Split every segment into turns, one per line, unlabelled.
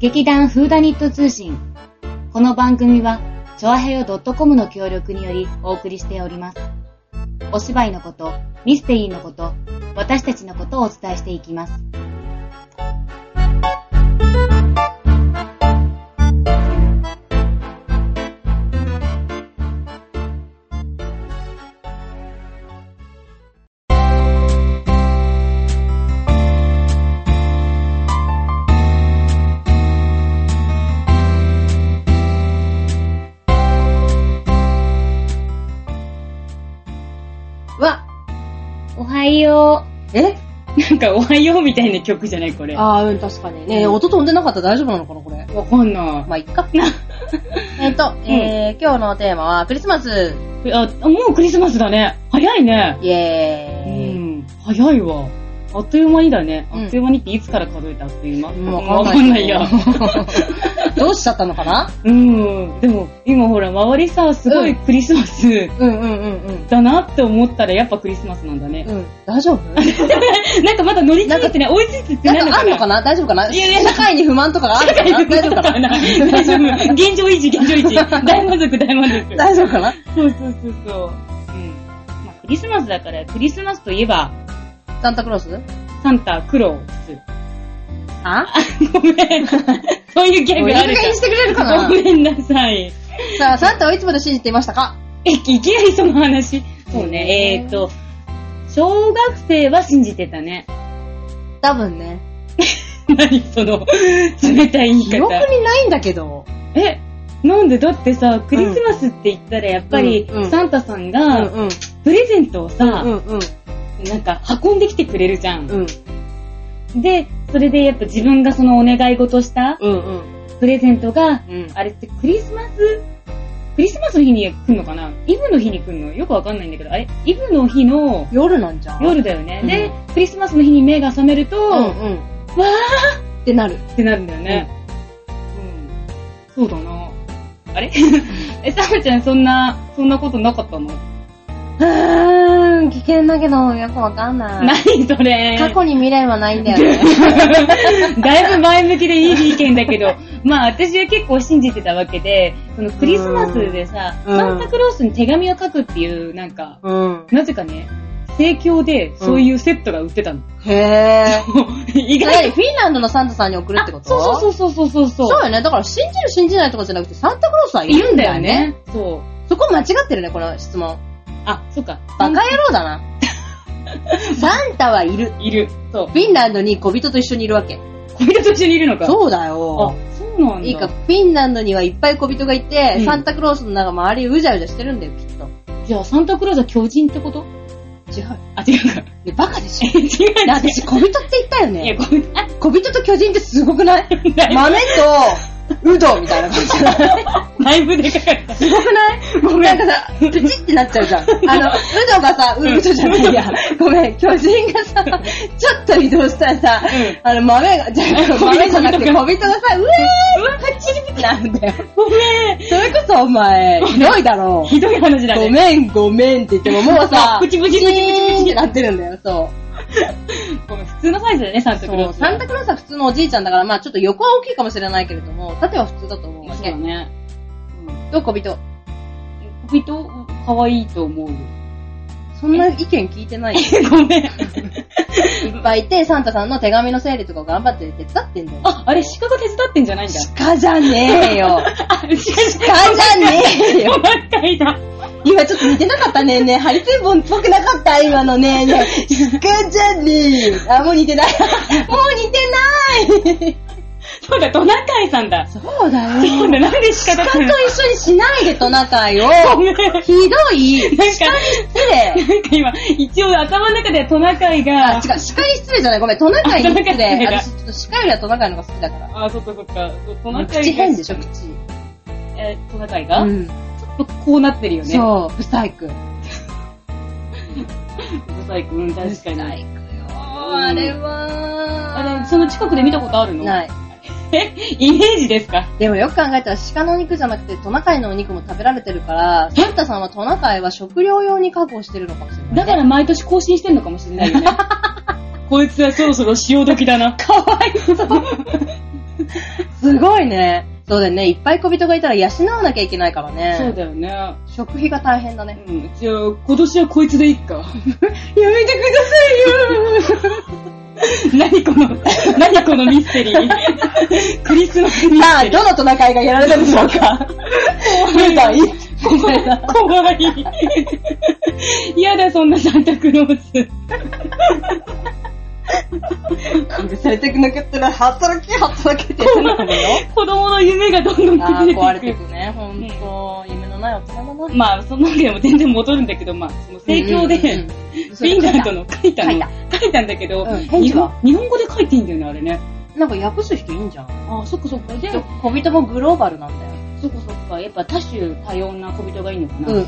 劇団フーダニット通信。この番組は、チョアヘヨ .com の協力によりお送りしております。お芝居のこと、ミステリーのこと、私たちのことをお伝えしていきます。わおはよ
え
う。なんかおはようみたいな曲じゃないこれ。わ
ああ、うん、確かに。ねえ音飛んでなかったら大丈夫なのかな、これ。
かんな
まあ、いっか。 えっと、えー、今日のテーマはクリスマス。
い。あ、もうクリスマスだね。早いね。
イェ
う
ーイ。
ん。早いわ。あっという間にだね。
うん
あっという間にっていつから数えたあっという間
うん
わかんないや。
どうしちゃったのかな
うん。でも、今ほら、周りさ、すごいクリスマス
うんうんうんうん。
だなって思ったら、やっぱクリスマスなんだね。
うん、大丈夫
なんかまだ乗り切れてない、追いついてって
な
な
ん
いの
かあ
か
るのか
な
な大丈夫かない
やいや
社会に不満とかがある のかな大丈夫かな
大丈夫。現状維持、現状 維持。大満足、大満足。
大丈夫かな
そうそうそうそう。うん。まあ、クリスマスだから、クリスマスといえば、
サンタクロース
サンタ、クロース。
あ
ごめん。そういうギャ
もう
グ
いい
あ
加
る
減してくれるか
か
な
ごめんなさい。
さあ、サンタはいつまで信じていましたか
え、いきなりその話。そうね、え
うん
ーと、小学生は信じてたね。
多分ね。
何その、冷たい言い
記憶
方。
にないんだけど。
え、なんでだってさ、クリスマスって言ったらやっぱり
うんうん
サンタさん
うん
が
うん。
プレゼントを
う
さ、
んうん。
なんか運んできてくれるじゃん。
うん。
で、それでやっぱ自分がそのお願い事した
うんうん。
プレゼントが、
うん。
あれってクリスマスクリスマスの日に来んのかなイブの日に来んのよくわかんないんだけど、あれイブの日の
夜なんじゃん。
夜だよね。
うん
で、クリスマスの日に目が覚めると、
うん
っ
うん。わーってなる。
てなるんだよね。うん。そうだな。あれ え、サムちゃんそんな、そんなことなかったの
うーん、危険だけど、よくわかんな
何それ
い。過去に未来はないんだよ ね。
だいぶ前向きでいい意見だけど、 まあ私は結構信じてたわけで、そのクリスマスでさ、
うん
サンタクロースに手紙を書くっていう、なんか、
うん。
なぜかね、盛況でそういうセットが売ってたの。
へー。
意
やは
外
りフィンランドのサンタさんに送るって
あ
こと
そううそうそうそうそう。
そう
う
よね。だから信じる信じないとかじゃなくて、サンタクロースはい
い
る
るん
ん
だ
だよ
よ
ね。
ね。そう。
そこ間違ってるね、この質問。
あ、そっか。
バカ野郎だ な。サンタはいる。
いる。そう。
フィンランドに小人と一緒にいるわけ。
小人と一緒にいるのか。う。
そうだよ
あ。、そうなんだ。
いいか、フィンランドにはいっぱい小人がいて、
うん
サンタクロースの中周りうじゃうじゃしてるんだよ、きっと。
じゃあ、サンタクロースは巨人ってこと
違う。
あ、違うか。
ね、バカでしょ。
違う違う。
だって私、小人って言ったよ
いや、
ね。
ごめん。あ、
小人と巨人ってすごくない
だいぶ
豆と、ウドみたいな感じじゃない
だいぶでかかった。
すごくない
ごめん
なんかさ、プチってなっちゃうじゃん。あの、ウドがさ、ウ
ん
ウドじゃないや。ごめん、巨人がさ、ちょっと移動したらさ、
うん
あの、豆が、じゃあ豆じゃなくて小人がさ、うわ
うわ、
ーチリってなんだよ。
ごめん。
それこそお前、ひどいだろう。
ひどい話だね。、
ごめん、ごめんって言っても、もうさ
プチプチプチプチプチ
チーンってなってるんだよ、そう。
ごめん。普通のサイズだね、サンタクロ
そ
ー
う
ス。
サンタクロースは普通のおじいちゃんだから、まあちょっと横は大きいかもしれないけれども、縦は普通だと思うわ
そう
け
だ。ね。うん。
どう小人
小人、可愛いと思うよ。
そんな意見聞いてないよ。
ごめん。
いっぱいいて、サンタさんの手紙の整理とかを頑張って手伝って んだよ。
あ、あれ、鹿が手伝ってんじゃないんだ。
鹿じゃねえよ。
あ、鹿じ
鹿じゃねえよ。
ばっかりだ。
今ちょっと似てなかったねえねえ。ハリツーボンっぽくなかった今のねえねえ。鹿じゃねえよ。あ、もう似 てない。もう似てない。
そうだ、トナカイさんだ。
そうだよ。
そうだ、なんで鹿だ
鹿
った
と
の
一緒にしないでトナカイを。
ごめん。なんか、
ひどい。鹿に失礼。
なんか今、一応頭の中でトナカ
あ、
イ
違
が
う。、鹿に失礼じゃない。ごめん、トナカイに失
あト
礼。
ナカイ
私、ちょっと鹿よりはトナカイの方が好きだから。
あ、そっかそっか。そうトナカイが。
口変でしょ、口。
えー、トナカイが、
う
ち
ん。
ょっとこうなってるよね。う。
そう、不細工。
ブサイク、うん、確か
不細
に。
工よ。あれは。
あれ、その近くで見たことあるの
ない。
イメージですか
でもよく考えたら鹿のお肉じゃなくてトナカイのお肉も食べられてるから、サンタさんはトナカイは食料用に確保してるのかもしれない、ね。
だから毎年更新してんのかもしれない よね。こいつはそろそろ潮時だな。かわいそう。
すごいね。そうだよね。いっぱい小人がいたら養わなきゃいけないからね。
そうだよね。
食費が大変だね。
うん。じゃあ、今年はこいつでいいか。
やめてくださいよ
何こ の、何このミステリー。クリスマスミ
さ
ス
あ、
テリー。
どのトナカイがやられたでしょう かゆうたん、いいみたいな。
怖い。 嫌だ、そんなサンタクロース。
許されてくなかったら、働け、働けってやつなんだよ。
子供の夢がどんどん
あ
崩
ー
れていく。
壊れていくね、ほんと。夢のない大人だな。
まあ、その中でも全然戻るんだけど、まあ、その盛況で、
うんうんうん、
フィンランドの書いたの
書いた
書いたんだけ
う
ど、
ん返
日
事は
本日本語で書いていいんだよね、あれね。
なんか訳す人いいんじゃん。
ああ、そっかそっか。じゃ
ちょ
あ、
小人もグローバルなんだよ。
そっかそっか。やっぱ多種多様な小人がいいのかな。
ん。
う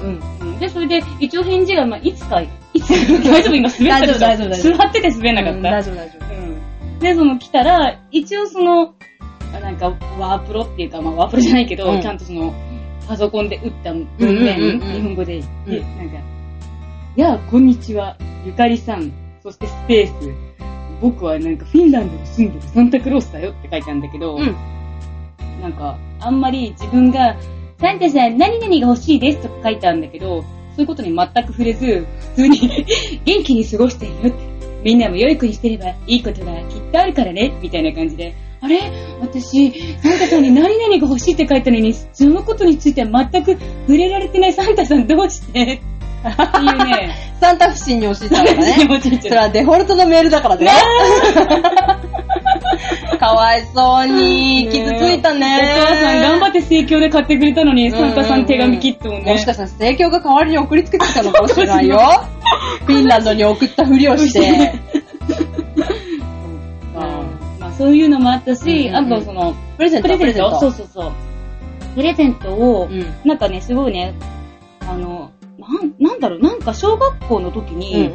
んで、それで、一応返事が、まあ、いつか、いつか、大丈夫今滑ったでしょ
大丈夫大丈夫
座ってて滑んなかった。
大丈夫大丈
うん。で、その来たら、一応その、あなんか、ワープロっていうか、まあ、ワープロじゃないけど、
うん
ちゃんとその、パソコンで打った文
うんうん
面、
うんうん
日本語で、
ん
で、なんか、やあ、こんにちは、ゆかりさん、そしてスペース、僕はなんかフィンランドに住んでるサンタクロースだよって書いたんだけど、
うん
なんか、あんまり自分が、サンタさん何々が欲しいですとか書いたんだけど、そういうことに全く触れず、普通に 元気に過ごしてるよって。みんなも良い子にしてればいいことがきっとあるからね、みたいな感じで。あれ私、サンタさんに何々が欲しいって書いたのに、そのことについては全く触れられてないサンタさんどうしてっていうね、
夫。サンタ不信に教えたのが
気
ね。
持ちいい
それはデフォルトのメールだからね。 かわいそう に、傷ついたね。
お母さん頑張って盛況で買ってくれたのに、
うんうんうん
サンタさん手紙切ってもね。
もしかしたら盛況が代わりに送りつけてきたのかもしれない よ。フィンランドに送ったふりを して。
うんまあそういうのもあったし、
うんうんうん
あとその、
プレゼン
プ
ト
レ
は
ゼントそう
う。
そうそう。プレゼントを、
うん。
なんかね、すごいね、あの、なん、なんだろう、なんか小学校の時
うん
に、
うん。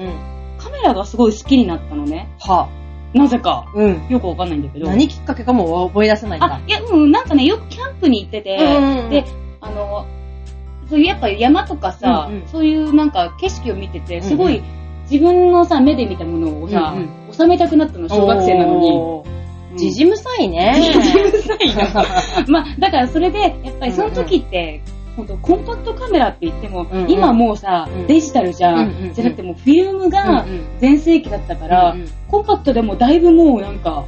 カメラがすごい好きになったのね。
は。
なぜか。
うん。
よくわかんないんだけど。
何きっかけかも覚え出せないんだ
あ。、いや、うん、なんかね、よくキャンプに行ってて、
うんうん
で、あの、そういうやっぱ山とかさ、
うんうん
そういうなんか景色を見てて、
うんうん
すごい自分のさ、目で見たものをさ、
うん
収めたくなったの、小学生なの
おー
に。
じ
い
じむさいね。
さいな。 まあ、だからそれで、やっぱりその時って、本当コンパクトカメラって言っても、
うんうん
今もうさ、
うん
デジタルじゃん,、
うんうん
じゃなくてもうフィルムが
うん
全盛期だったから、
うんうん
コンパクトでもだいぶもうなんか、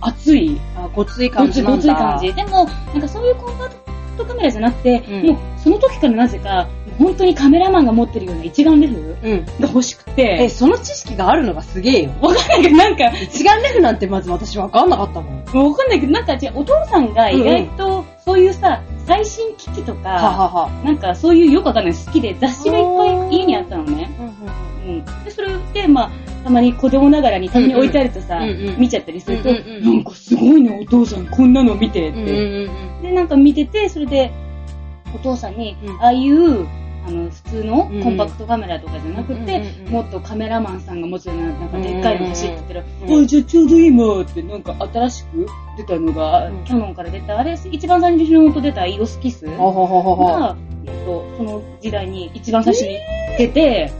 熱い
あごつい
ご
感
つ
じ
い
な
ご
ん
つい
だ。
感じ。でも、なんかそういうコンパクトカメラじゃなくて、
うん
もうその時からなぜか、本当にカメラマンが持ってるような一眼レフ
うん。
が欲しく
え、
て、
その知識があるのがすげえよ。
わかんないけど、なんか、
一眼レフなんてまず私わかんなかったもん。
わかんないけど、なんか違う、お父さんが意外とそういうさ、最新機器と
は
か、
はは。
なんかそういうよくわかんない好きで雑誌がいっぱ
あー
い家にあったのね。うん。で、それで、まあ、たまに子供ながらにたまに置いてあるとさ、
うんうん
見ちゃったりすると、
うんうんうん
なんかすごいね、お父さんこんなの見てって。
うんうん
で、なんか見てて、それで、お父さんに、
うん
ああいう、あの、普通の
うん
コンパクトカメラとかじゃなくて、
うんうんうん
もっとカメラマンさんが持つような、なんかでっかいの走ってたら、
うんうん
あ、じゃあちょうど今って、なんか新しく出たのが、
うん
キャノンから出た、あれ、一番最初に元出た EOS キス
うん。ほ
が、
ほほほほ。
えっと、その時代に一番最初に出て、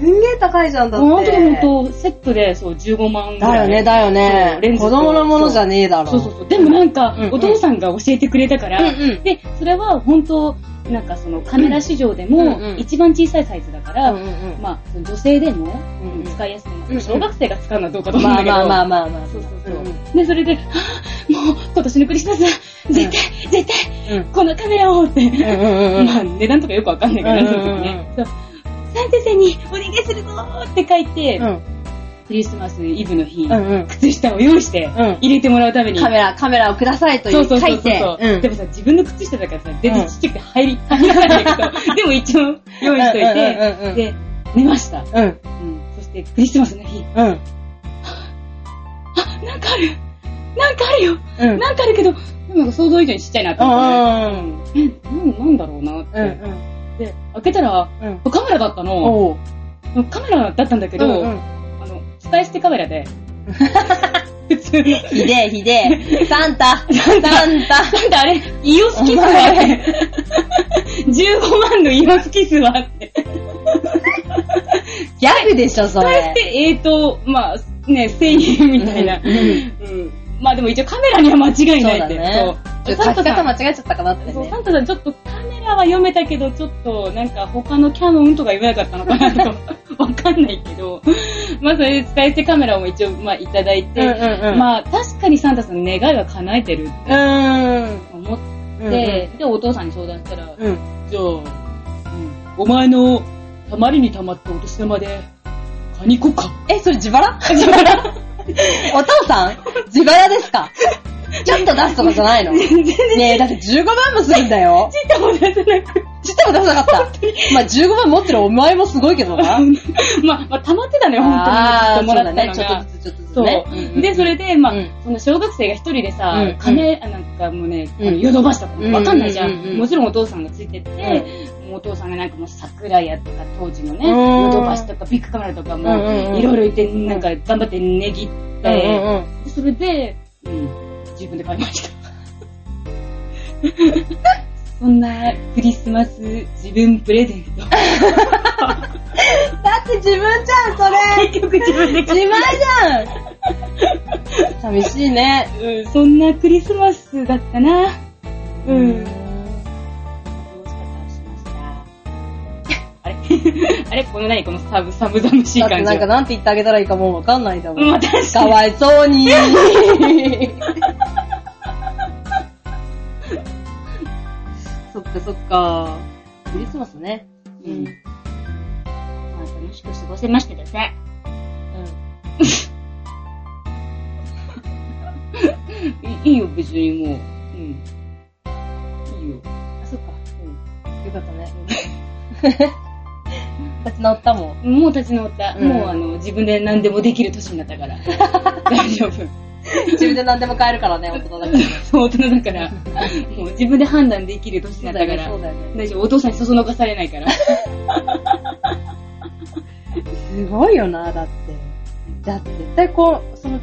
すんげえ高いじゃんだ
本当本当セットでそう15万ぐ
だ
ら
よ
い。
ね、だよ
そ
ね
うレ。ンズ
子
と
供のものじゃねえだろ。
そうそうそう。でもなんか、
うんうん
お父さんが教えてくれたから、
うんうん。
で、それは本当、なんかそのカメラ市場でも
うんうん
一番小さいサイズだから、
うんうんうん
まあ、その女性でも
うんうん
使いやすくな
うんうん
る。小学生が使うのはどうかと思うん
ま
だ
あ
けど。
まあまあまあまあ。
そうそうそう。
うんうん
で、それで、はぁもう今年のクリスマスは絶対、絶対、
うん
このカメラをって、
うんうんうん。
まあ値段とかよくわかんないから、
うんう
そ
んうん
の時ね。そうサンタさんにお願いするぞーって書いて、
うん
クリスマスイブの日、
うんうん
靴下を用意して
ん
入れてもらうために、
カメラ、カメラをくださいという書いて。うん
でもさ、自分の靴下だからさ、全然ちっちゃくて入り、入らないけ ど、でも一応用意しとい
う
て、
んうんうんうん
で、寝ました。
うん。
うん。そして、クリスマスの日、
うん。
あ、なんかあるなんかあるよ、
うん。
なんかあるけど、なんか想像以上にちっちゃいなって思
う
っ
ん。
て、ね、うん、なんなんだろうなって。
うん。うん。
で、開けたら、
うん。
カメラだったの。
おう。
カメラだったんだけど、
うんうん
あの、使い捨てカメラで、普通の。
ひでえひでえ。サンタ。サンタ。
なんであれ、イオスキスはって、15万の イオスキスはって。
ギャグでしょ、そ
返し
れ
て。、えーと、まあ、ね、1000円みたいな。
うん
うんまあでも一応カメラには間違いないって。
ちょっと
サ
書
ン
き
タさ
方
ん、
間違えちゃったかなって
そう
ね
サ。ンタさんちょっとカメラは読めたけど、ちょっとなんか他のキャノンとか言わなかったのかなと、 わかんないけど、まあそれで伝えてカメラも一応まあいただいて、
うん
まあ確かにサンタさん願いは叶えてるって
うん。
思って、
うん。
で、お父さんに相談したら、
うん。
じゃあ、お前のたまりにたまったお年玉で、カ ニこか。
え、それ自腹自腹お父さん自腹です かちょっと出すとかじゃないのねえ、だって15万もするんだ よ。
ちっとも出せなくて。
ちっとも出さなかった。まあ15万持ってるお前もすごいけど な。
まあ、まあ、溜まってたね、本
あーそ
当に。も
う
ら
だ
った
ね
の。
ちょっと
が。
ずつちょっとずつ
そう
ね。
で、それで、まあ、
うん
その小学生が一人でさ、
うん
金、あなんかもうね、あの
うん
ヨドバシとかもわかんないじゃん,、
うんうんうんうん
もちろんお父さんがついてって、もうお父さんがなんかもう桜屋とか当時のね、ヨドバシとかビッグカメラとか
うんうんう
も、
ん
いろいろいて、なんか頑張って値切って、
うんうんうん
それで、うん、自分で買いました。 そんなクリスマス自分プレゼント。
だって自分じゃん、それ
結局自分で
自
買った。
前じゃん寂しいね。
うん、そんなクリスマスだったな。うん。楽しかったしました。あれ あれこの何このサブ、サブサムしい
だっ
感
て
じ。
なんかなんて言ってあげたらいいかもうわかんないんだも
うん
ん。
まあ確
か
かに。
わいそうに。 そっかそっか。クリスマスね。
うん。まあ楽しく過ごせましただね。いいいよ、別にもう。うん。いいよ。あ、そっか。うん。
よかった ね。立ち直ったもん。
もう立ち直った。
うん
もうあの、自分で何でもできる年になったから。 大丈夫。
自分で何でも買えるからね、大人だから。
そう、大人だから。 もう自分で判断できる年になったから。
そうだよね。
大丈夫。お父さんにそそのかされない から。
すごいよな、だって。だって絶対こう、その、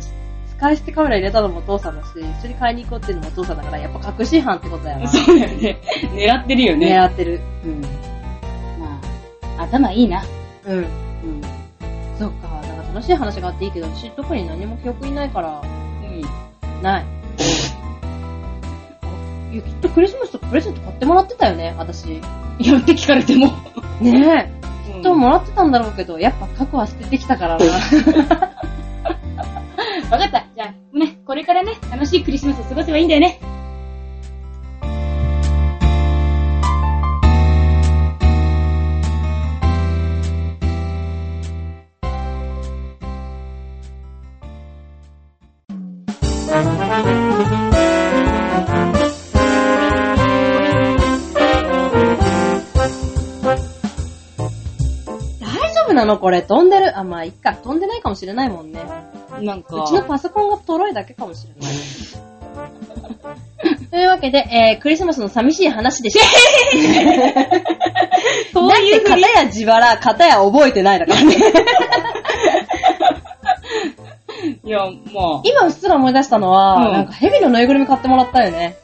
使い捨てカメラ入れたのもお父さんだし、一緒に買いに行こうっていうのもお父さんだから、やっぱ確信犯ってことだよな。
そうだよね。狙ってるよね。
狙ってる。
うん。まあ、頭いいな。
うん。
うん。
そっか、なんか楽しい話があっていいけど、私特に何も記憶にないから、
うん。
ない。いや、きっとクリスマスとかプレゼント買ってもらってたよね、私。
やって聞かれても。
ねえ。きっと
うん。
もらってたんだろうけど、やっぱ過去は捨ててきたからな。
わかった。じゃあ、ね、これからね、楽しいクリスマスを過ごせばいいんだよね。
大丈夫なのこれ、飛んでる。あ、まあ、いっか。飛んでないかもしれないもんね。
なんか
うちのパソコンがとろいだ けかもしれない。というわけで、えー、クリスマスの寂しい話で した。
そういうふうに
だって、片や自腹、片や覚えてないだからね。
いや、ま
今うっすら思い出したのは、
うん
なんかヘビのぬいぐるみ買ってもらったよね。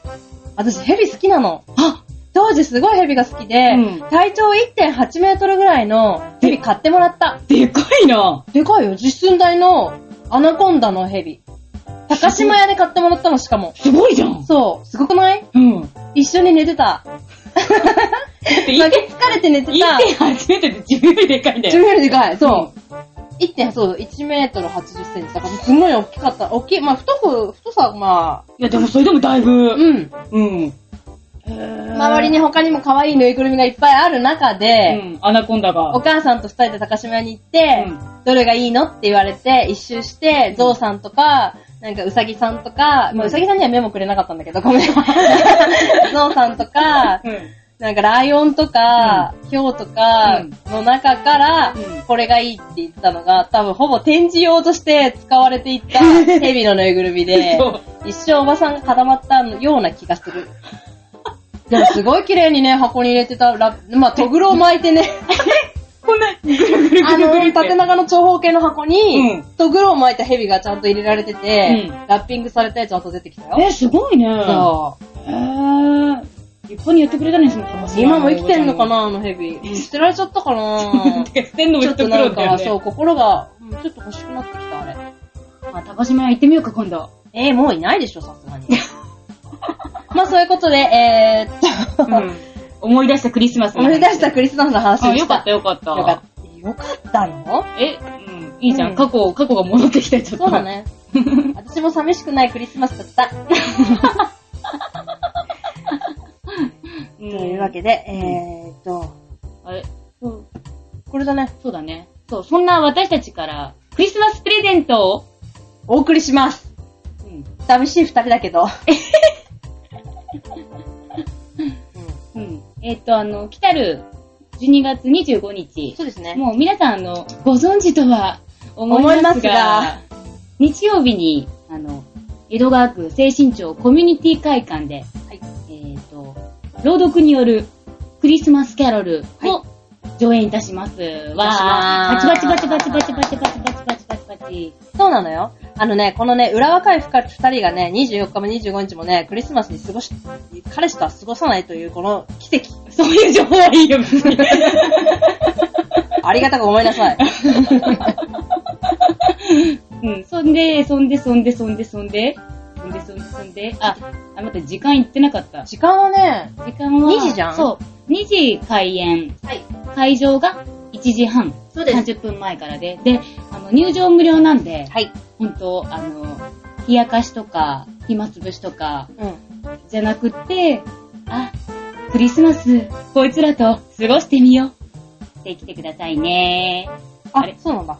私ヘビ好きなの。
あ
当時すごいヘビが好きで、
うん
体長1.8メートルぐらいのヘビ買ってもらった
あ。、でかいな。
でかいよ、実寸大のアナコンダのヘビ。高島屋で買ってもらったのしかも。
すごいじゃん。
そう、すごくない
うん。だ
一緒に寝てた。
って
負け疲れて寝てた。
1.8メートルって自分よりでかいんだ
10メ
よ。
ートルでかい。そう。1点、そう、1メートル80センチ。だからすごい大きかった。大きい。まあ、太く、太さ、まあ、
いや、でもそれでもだいぶ。
うん。
うん。
周
周
りに他にも可愛いぬいぐるみがいっぱいある中
う
で、
ん、アナコンダ
お
が。
母さんと二人で高島屋に行って、
うん
どれがいいのって言われて、一周して、ゾウさんとか、なんかウサギさんとか、
うん
まあウサギさんには目もくれなかったんだけど、ごめん。ゾウさんとか、
うん。
なんかライオンとか、ヒョウとかの中から
うん、
これがいいって言ったのが、多分ほぼ展示用として使われてい ったヘビのぬいぐるみで
そう、
一生おばさんが固まったような気がする。でもすごい綺麗にね、箱に入れてたラ、まあ、トグロを巻いてね、
こんな、ぐるぐるぐる
あ
ぐる
の
ぐるって。、
縦長の長方形の箱
うん
に、トグロを巻いたヘビがちゃんと入れられてて
う、
ラッピングされたやつちゃんと出てきたよ。
え、すごいね。
そう。
へー。立派にやってくれたね、その高島
今も生きてんのかな、あのヘビ。うん捨てられちゃったかな
てか、捨てんのも
ちょ
一
っ
苦
とな
労
ん
だよ
か、
ね。
そう、心が、うんちょっと欲しくなってきた、あれ。
まあ、高島屋行ってみようか、今度。
えー、もういないでしょ、さすがに。 まあ、そういうことで、えー、っと、
うん思い出したクリスマスの話。
思い出したクリスマスの話
あ
を
よかった
よ。
よかった。
よかった。よかったの
え、うん、いいじゃん。
うん
過去、過去が戻ってきたよちょっと。
そうだ。 ね。私も寂しくないクリスマスだった。
と
というわけで、えーっと、
あれ
うんこれだね。
そうだね。そう、そんな私たちから、クリスマスプレゼントを、
お送りします。
うん、
寂しい二人だけ ど。うん
うん。えっ、と、あの、来たる12月25日、
そうですね。
もう皆さん、あの、ご存知とは思いますが、
思いますが
日曜日に、あの、江戸川区精神庁コミュニティ会館で、
はい
えっ、と、朗読によるクリスマスキャロルを上演いたします。わー。
しま
バ
す
チバチバチバチバチバチバチバチバチバチバチ。
そうなのよ。あのね、このね、裏若い二人がね、24日も25日もね、クリスマスに過ごし、彼氏とは過ごさないというこの奇跡。
そういう情報はいいよ、別 に。
ありがたく思いなさい。
うん。そんで、そんで、そんで、そんで、そんで、そんで、そんで、そんで、あ、あ、待って、時間言ってなかった。
時間はね、
時間は。
2時じゃん
そう。2時開演。
はい。
会場が1時半。
そう
30分前からで。で、あの、入場無料なんで、
はい。
本当あの、冷やかしとか、暇つぶしとか、
うん。
じゃなくって、あ、クリスマス、こいつらと過ごしてみよう。して来てくださいね。
あ、
あれ
そうなんだ。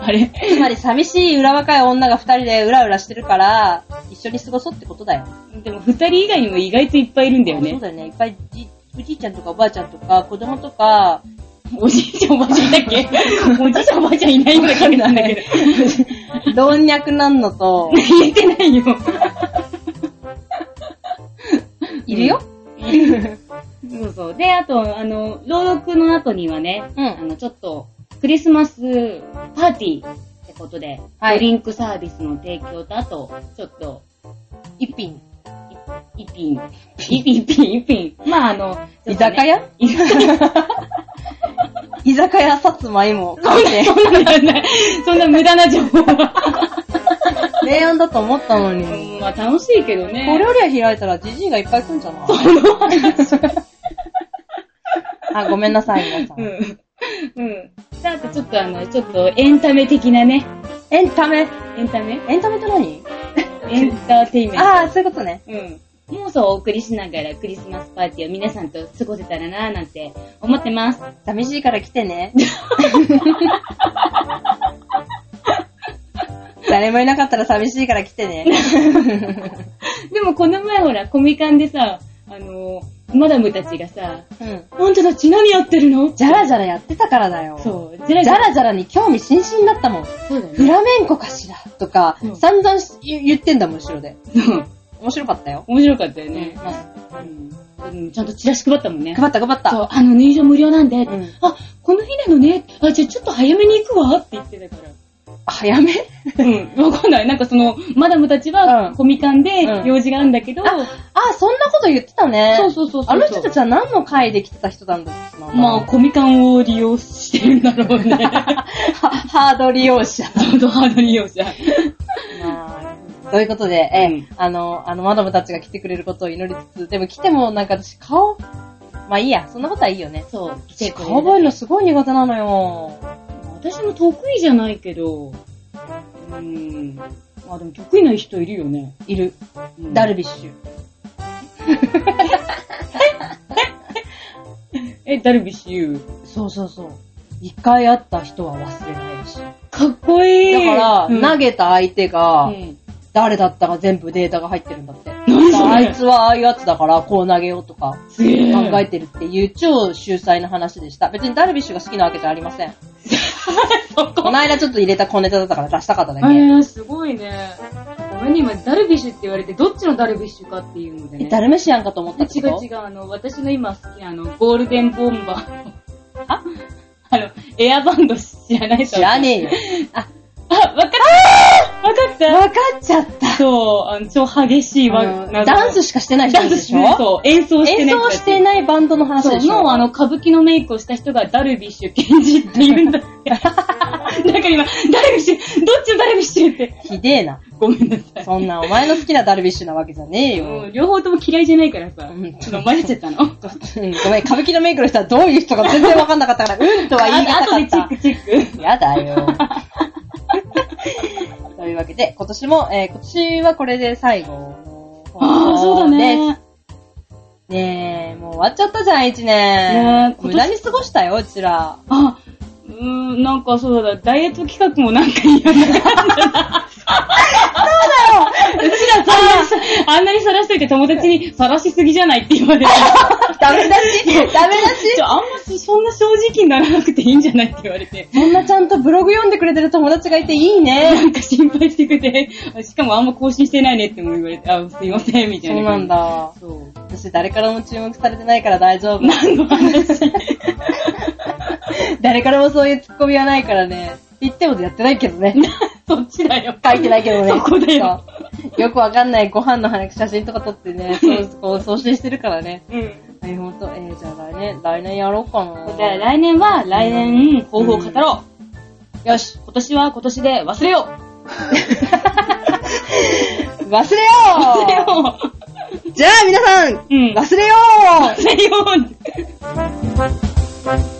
あれ
つまり寂しい裏若い女が二人でうらうらしてるから、一緒に過ごそうってことだよ。
でも、二人以外にも意外といっぱいいるんだよ
あそう
ね。
だよね。いっぱいじ、おじいちゃんとかおばあちゃんとか、子供とか、
おじいちゃんおばあちゃんいたっ けおじいちゃんおばあちゃんいないような感じなんだけ
老
ど。
若なんのと、
言えてないよ。
いるよ、
そうそう。で、あと、あの、朗読の後にはね、
うん
あの、ちょっと、クリスマスパーティーってことで、
はい
ドリンクサービスの提供と、あと、ちょっと、
一品。
一品、一品、一品、一品。まあ、あの、ちょ
居
っとね
酒 屋
居酒屋
居酒屋さつまいも。
そんなのじゃない。 そんな無駄な情報 は。
名案だと思ったのに。
うんまあ、楽しいけどね。
小料理屋開いたらジジイがいっぱい来るんじゃない あ、ごめんなさい、皆さん。
うん。うん。であと、ちょっとあの、ちょっとエンタメ的なね、
エンタメ。
エンタメ
エンタメって何
エンターテインメント。
ああ、そういうことね。
うん。妄想をお送りしながらクリスマスパーティーを皆さんと過ごせたらなぁなんて思ってます。
寂しいから来て ね。誰もいなかったら寂しいから来てね。
でもこの前ほら、コミカンでさ、あのーマダムたちがさ、
うん。
あんたたち何やってるの
じゃらじゃらやってたからだよ。
そう、じゃら
じゃらじゃらに興味津々だったもん。
そうだ
フ。ラメンコかしらとか、
うん
散々し言言ってんだもん、後ろで。
そう。
面白かったよ。
面白かったよね。
配
うん。うんちゃんとチラシ配ったもんね。
った配っ
そ
た。
う、あの、入場無料なんで、
うん
あ、この日なのね、あ、じゃあちょっと早めに行くわって言ってたから。
早め
うん、わかんない。なんかその、マダムたちは
うん
コミカンで
うん
用事があるんだけど、
あ、そんなこと言ってたね。
そうそうそうそう。
あの人たちは何の会で来てた人なんだっけ
まあ、コミカンを利用してるんだろう ね。
あ、はハード利用 者。
ちょうどハード利用者。
ということで、えー
うん
あの、あの、マダムたちが来てくれることを祈りつつ、でも来てもなんか私顔、まあいいや、そんなことはいいよね。
そう、来て
私
く
顔
れ
覚え
る。
るのすごい苦手なのよ。
私も得意じゃないけど、うーん。まあでも得意な人いるよね。
いる。
うん
ダルビッシュ。
え、ダルビッシュ有
そうそうそう。一回会った人は忘れないし。だ
かっこいい。
から、
うん
投げた相手が
う、ん
誰だったか全部データが入ってるんだって。
何それ
あいつはああいうやつだから、こう投げようとか。
すげえ。
考 えてるっていう超秀才な話でした。別にダルビッシュが好きなわけじゃありませ ん。この間ちょっと入れた小ネタだったから出したかっただ
え
け。
ー、すごいね。ごめんね、今、ダルビッシュって言われて、どっちのダルビッシュかっていうので
え
ね。
ダルメシアンかと思ったって
違
こと
う違う、あの、私の今好きなあの、ゴールデンボンバーの、ああの、エアバンド知らないと思う
知らねえよ。
あ、わかったわわかった
わかっちゃった。
そう、あの、超激しいわ、なんか
ダンスしかしてない人
ダン
で
ス
し
し
ょ
ないそう、演奏して
演
ない。
奏してないバンドの話
そう
でしょ
の、あの、歌舞伎のメイクをした人がダルビッシュ賢治って言うん だって。なんか今、ダルビッシュ、どっちのダルビッシュって。
ひでえな。
ごめんなさい。
そんな、お前の好きなダルビッシュなわけじゃねえよ。
もう両方とも嫌いじゃないからさ、
うん
ちょっと混ぜち ゃったの。あ
うんごめん、歌舞伎のメイクの人はどういう人か全然わかんなかったから、うんとは言い
あ
な
と
か
で
っ
チェッ
た
ク。チェック。
やだよ。 というわけで、今年も、えー今年はこれで最後の放
ああ、そう
です。
だね。
ねえ、もう終わっちゃったじゃん、一年
ね。え
無駄に過ごしたよ、うちら。
あ、うーん、なんかそうだ、ダイエット企画もなんか嫌な感じだな。そう だようちらさ、あんなに晒しといて友達に晒しすぎじゃないって言われて。
ダメだし、 ダメだし。
ちょ、あんましそんな正直にならなくていいんじゃないって言われて。
そんなちゃんとブログ読んでくれてる友達がいていい ね。
なんか心配してくれて、しかもあんま更新してないねっても言われて、あ、すいません、みた
そ
いうな
な
感じ。
んだ。
そう。
私誰からも注目されてないから大丈夫。
何の話
誰からもそういうツッコミはないからね。言ってもやってないけどね。
そっちだよ。
書いてないけどね。
そこだよ。
そう。よくわかんないご飯の話写真とか撮ってね、そう こう送信してるからね。
うん。
はい、ほんと。えー、じゃあ来年、来年やろうかな。
だから来年は来年、抱負を語ろう。
よし。
今年は今年で忘れよう
忘れよう
忘れよう
じゃあ皆さん、
うん
忘れよう
忘れよう
「